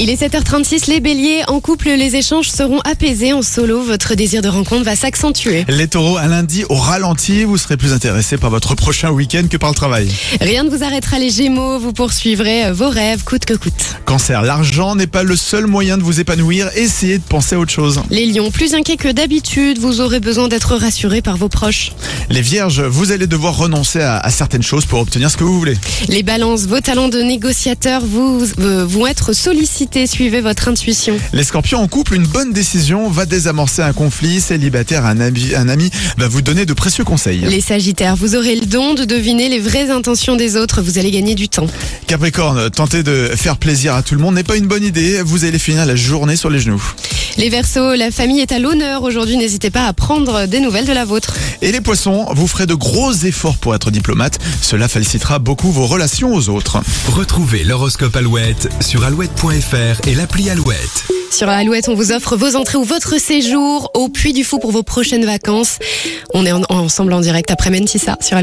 Il est 7h36, les béliers. En couple, les échanges seront apaisés. En solo, votre désir de rencontre va s'accentuer. Les taureaux, à lundi au ralenti, vous serez plus intéressés par votre prochain week-end que par le travail. Rien ne vous arrêtera, les gémeaux. Vous poursuivrez euh, vos rêves coûte que coûte. Cancer, l'argent n'est pas le seul moyen de vous épanouir, essayez de penser à autre chose. Les lions, plus inquiets que d'habitude, vous aurez besoin d'être rassurés par vos proches. Les vierges, vous allez devoir renoncer à, à certaines choses pour obtenir ce que vous voulez. Les balances, vos talents de négociateur vous, euh, vont être sollicités. Suivez votre intuition. Les scorpions, en couple, une bonne décision va désamorcer un conflit, célibataire, un ami, un ami va vous donner de précieux conseils. Les sagittaires, vous aurez le don de deviner les vraies intentions des autres. Vous allez gagner du temps. Capricorne, tenter de faire plaisir à tout le monde n'est pas une bonne idée, vous allez finir la journée sur les genoux. Les versos, la famille est à l'honneur aujourd'hui. N'hésitez pas à prendre des nouvelles de la vôtre. Et les poissons, vous ferez de gros efforts pour être diplomate, cela facilitera beaucoup vos relations aux autres. Retrouvez l'horoscope Alouette sur alouette.fr et l'appli Alouette. Sur Alouette, on vous offre vos entrées ou votre séjour au Puy du Fou pour vos prochaines vacances. On est en- ensemble en direct après Mentissa sur Alouette.